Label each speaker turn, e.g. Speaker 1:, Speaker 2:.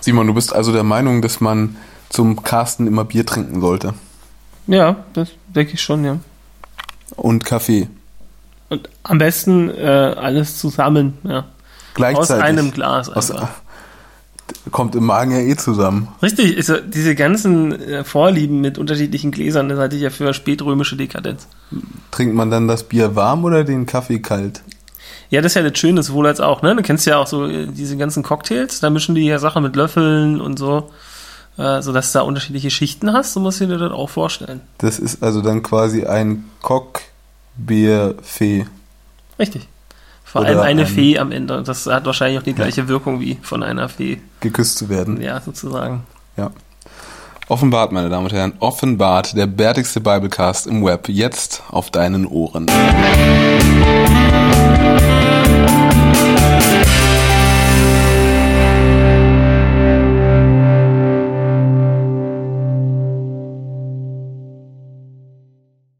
Speaker 1: Simon, du bist also der Meinung, dass man zum Casten immer Bier trinken sollte.
Speaker 2: Ja, das denke ich schon, ja.
Speaker 1: Und Kaffee.
Speaker 2: Und am besten äh, alles zusammen, ja. Aus
Speaker 1: Gleichzeitig.
Speaker 2: einem Glas.
Speaker 1: Aus-
Speaker 2: einfach.
Speaker 1: kommt im Magen ja eh zusammen.
Speaker 2: Richtig, ist, ja- diese ganzen äh, Vorlieben mit unterschiedlichen Gläsern, das halte ich ja für spätrömische Dekadenz.
Speaker 1: Trinkt man dann das Bier warm oder den Kaffee kalt?
Speaker 2: Ja, das ist ja das Schöne, sowohl als auch, ne? Du kennst ja auch so äh, diese ganzen Cocktails, da mischen die ja Sachen mit Löffeln und so, äh, sodass du da unterschiedliche Schichten hast, so musst du dir das auch vorstellen.
Speaker 1: Das ist also dann quasi ein Cockbierfee.
Speaker 2: Richtig. Vor
Speaker 1: Oder ähm,
Speaker 2: allem eine
Speaker 1: ein-
Speaker 2: Fee am Ende. Das hat wahrscheinlich auch die gleiche Wirkung wie von einer Fee,
Speaker 1: geküsst zu werden.
Speaker 2: ja, sozusagen.
Speaker 1: Ja. Offenbart, meine Damen und Herren, offenbart der bärtigste Biblecast im Web jetzt auf deinen Ohren.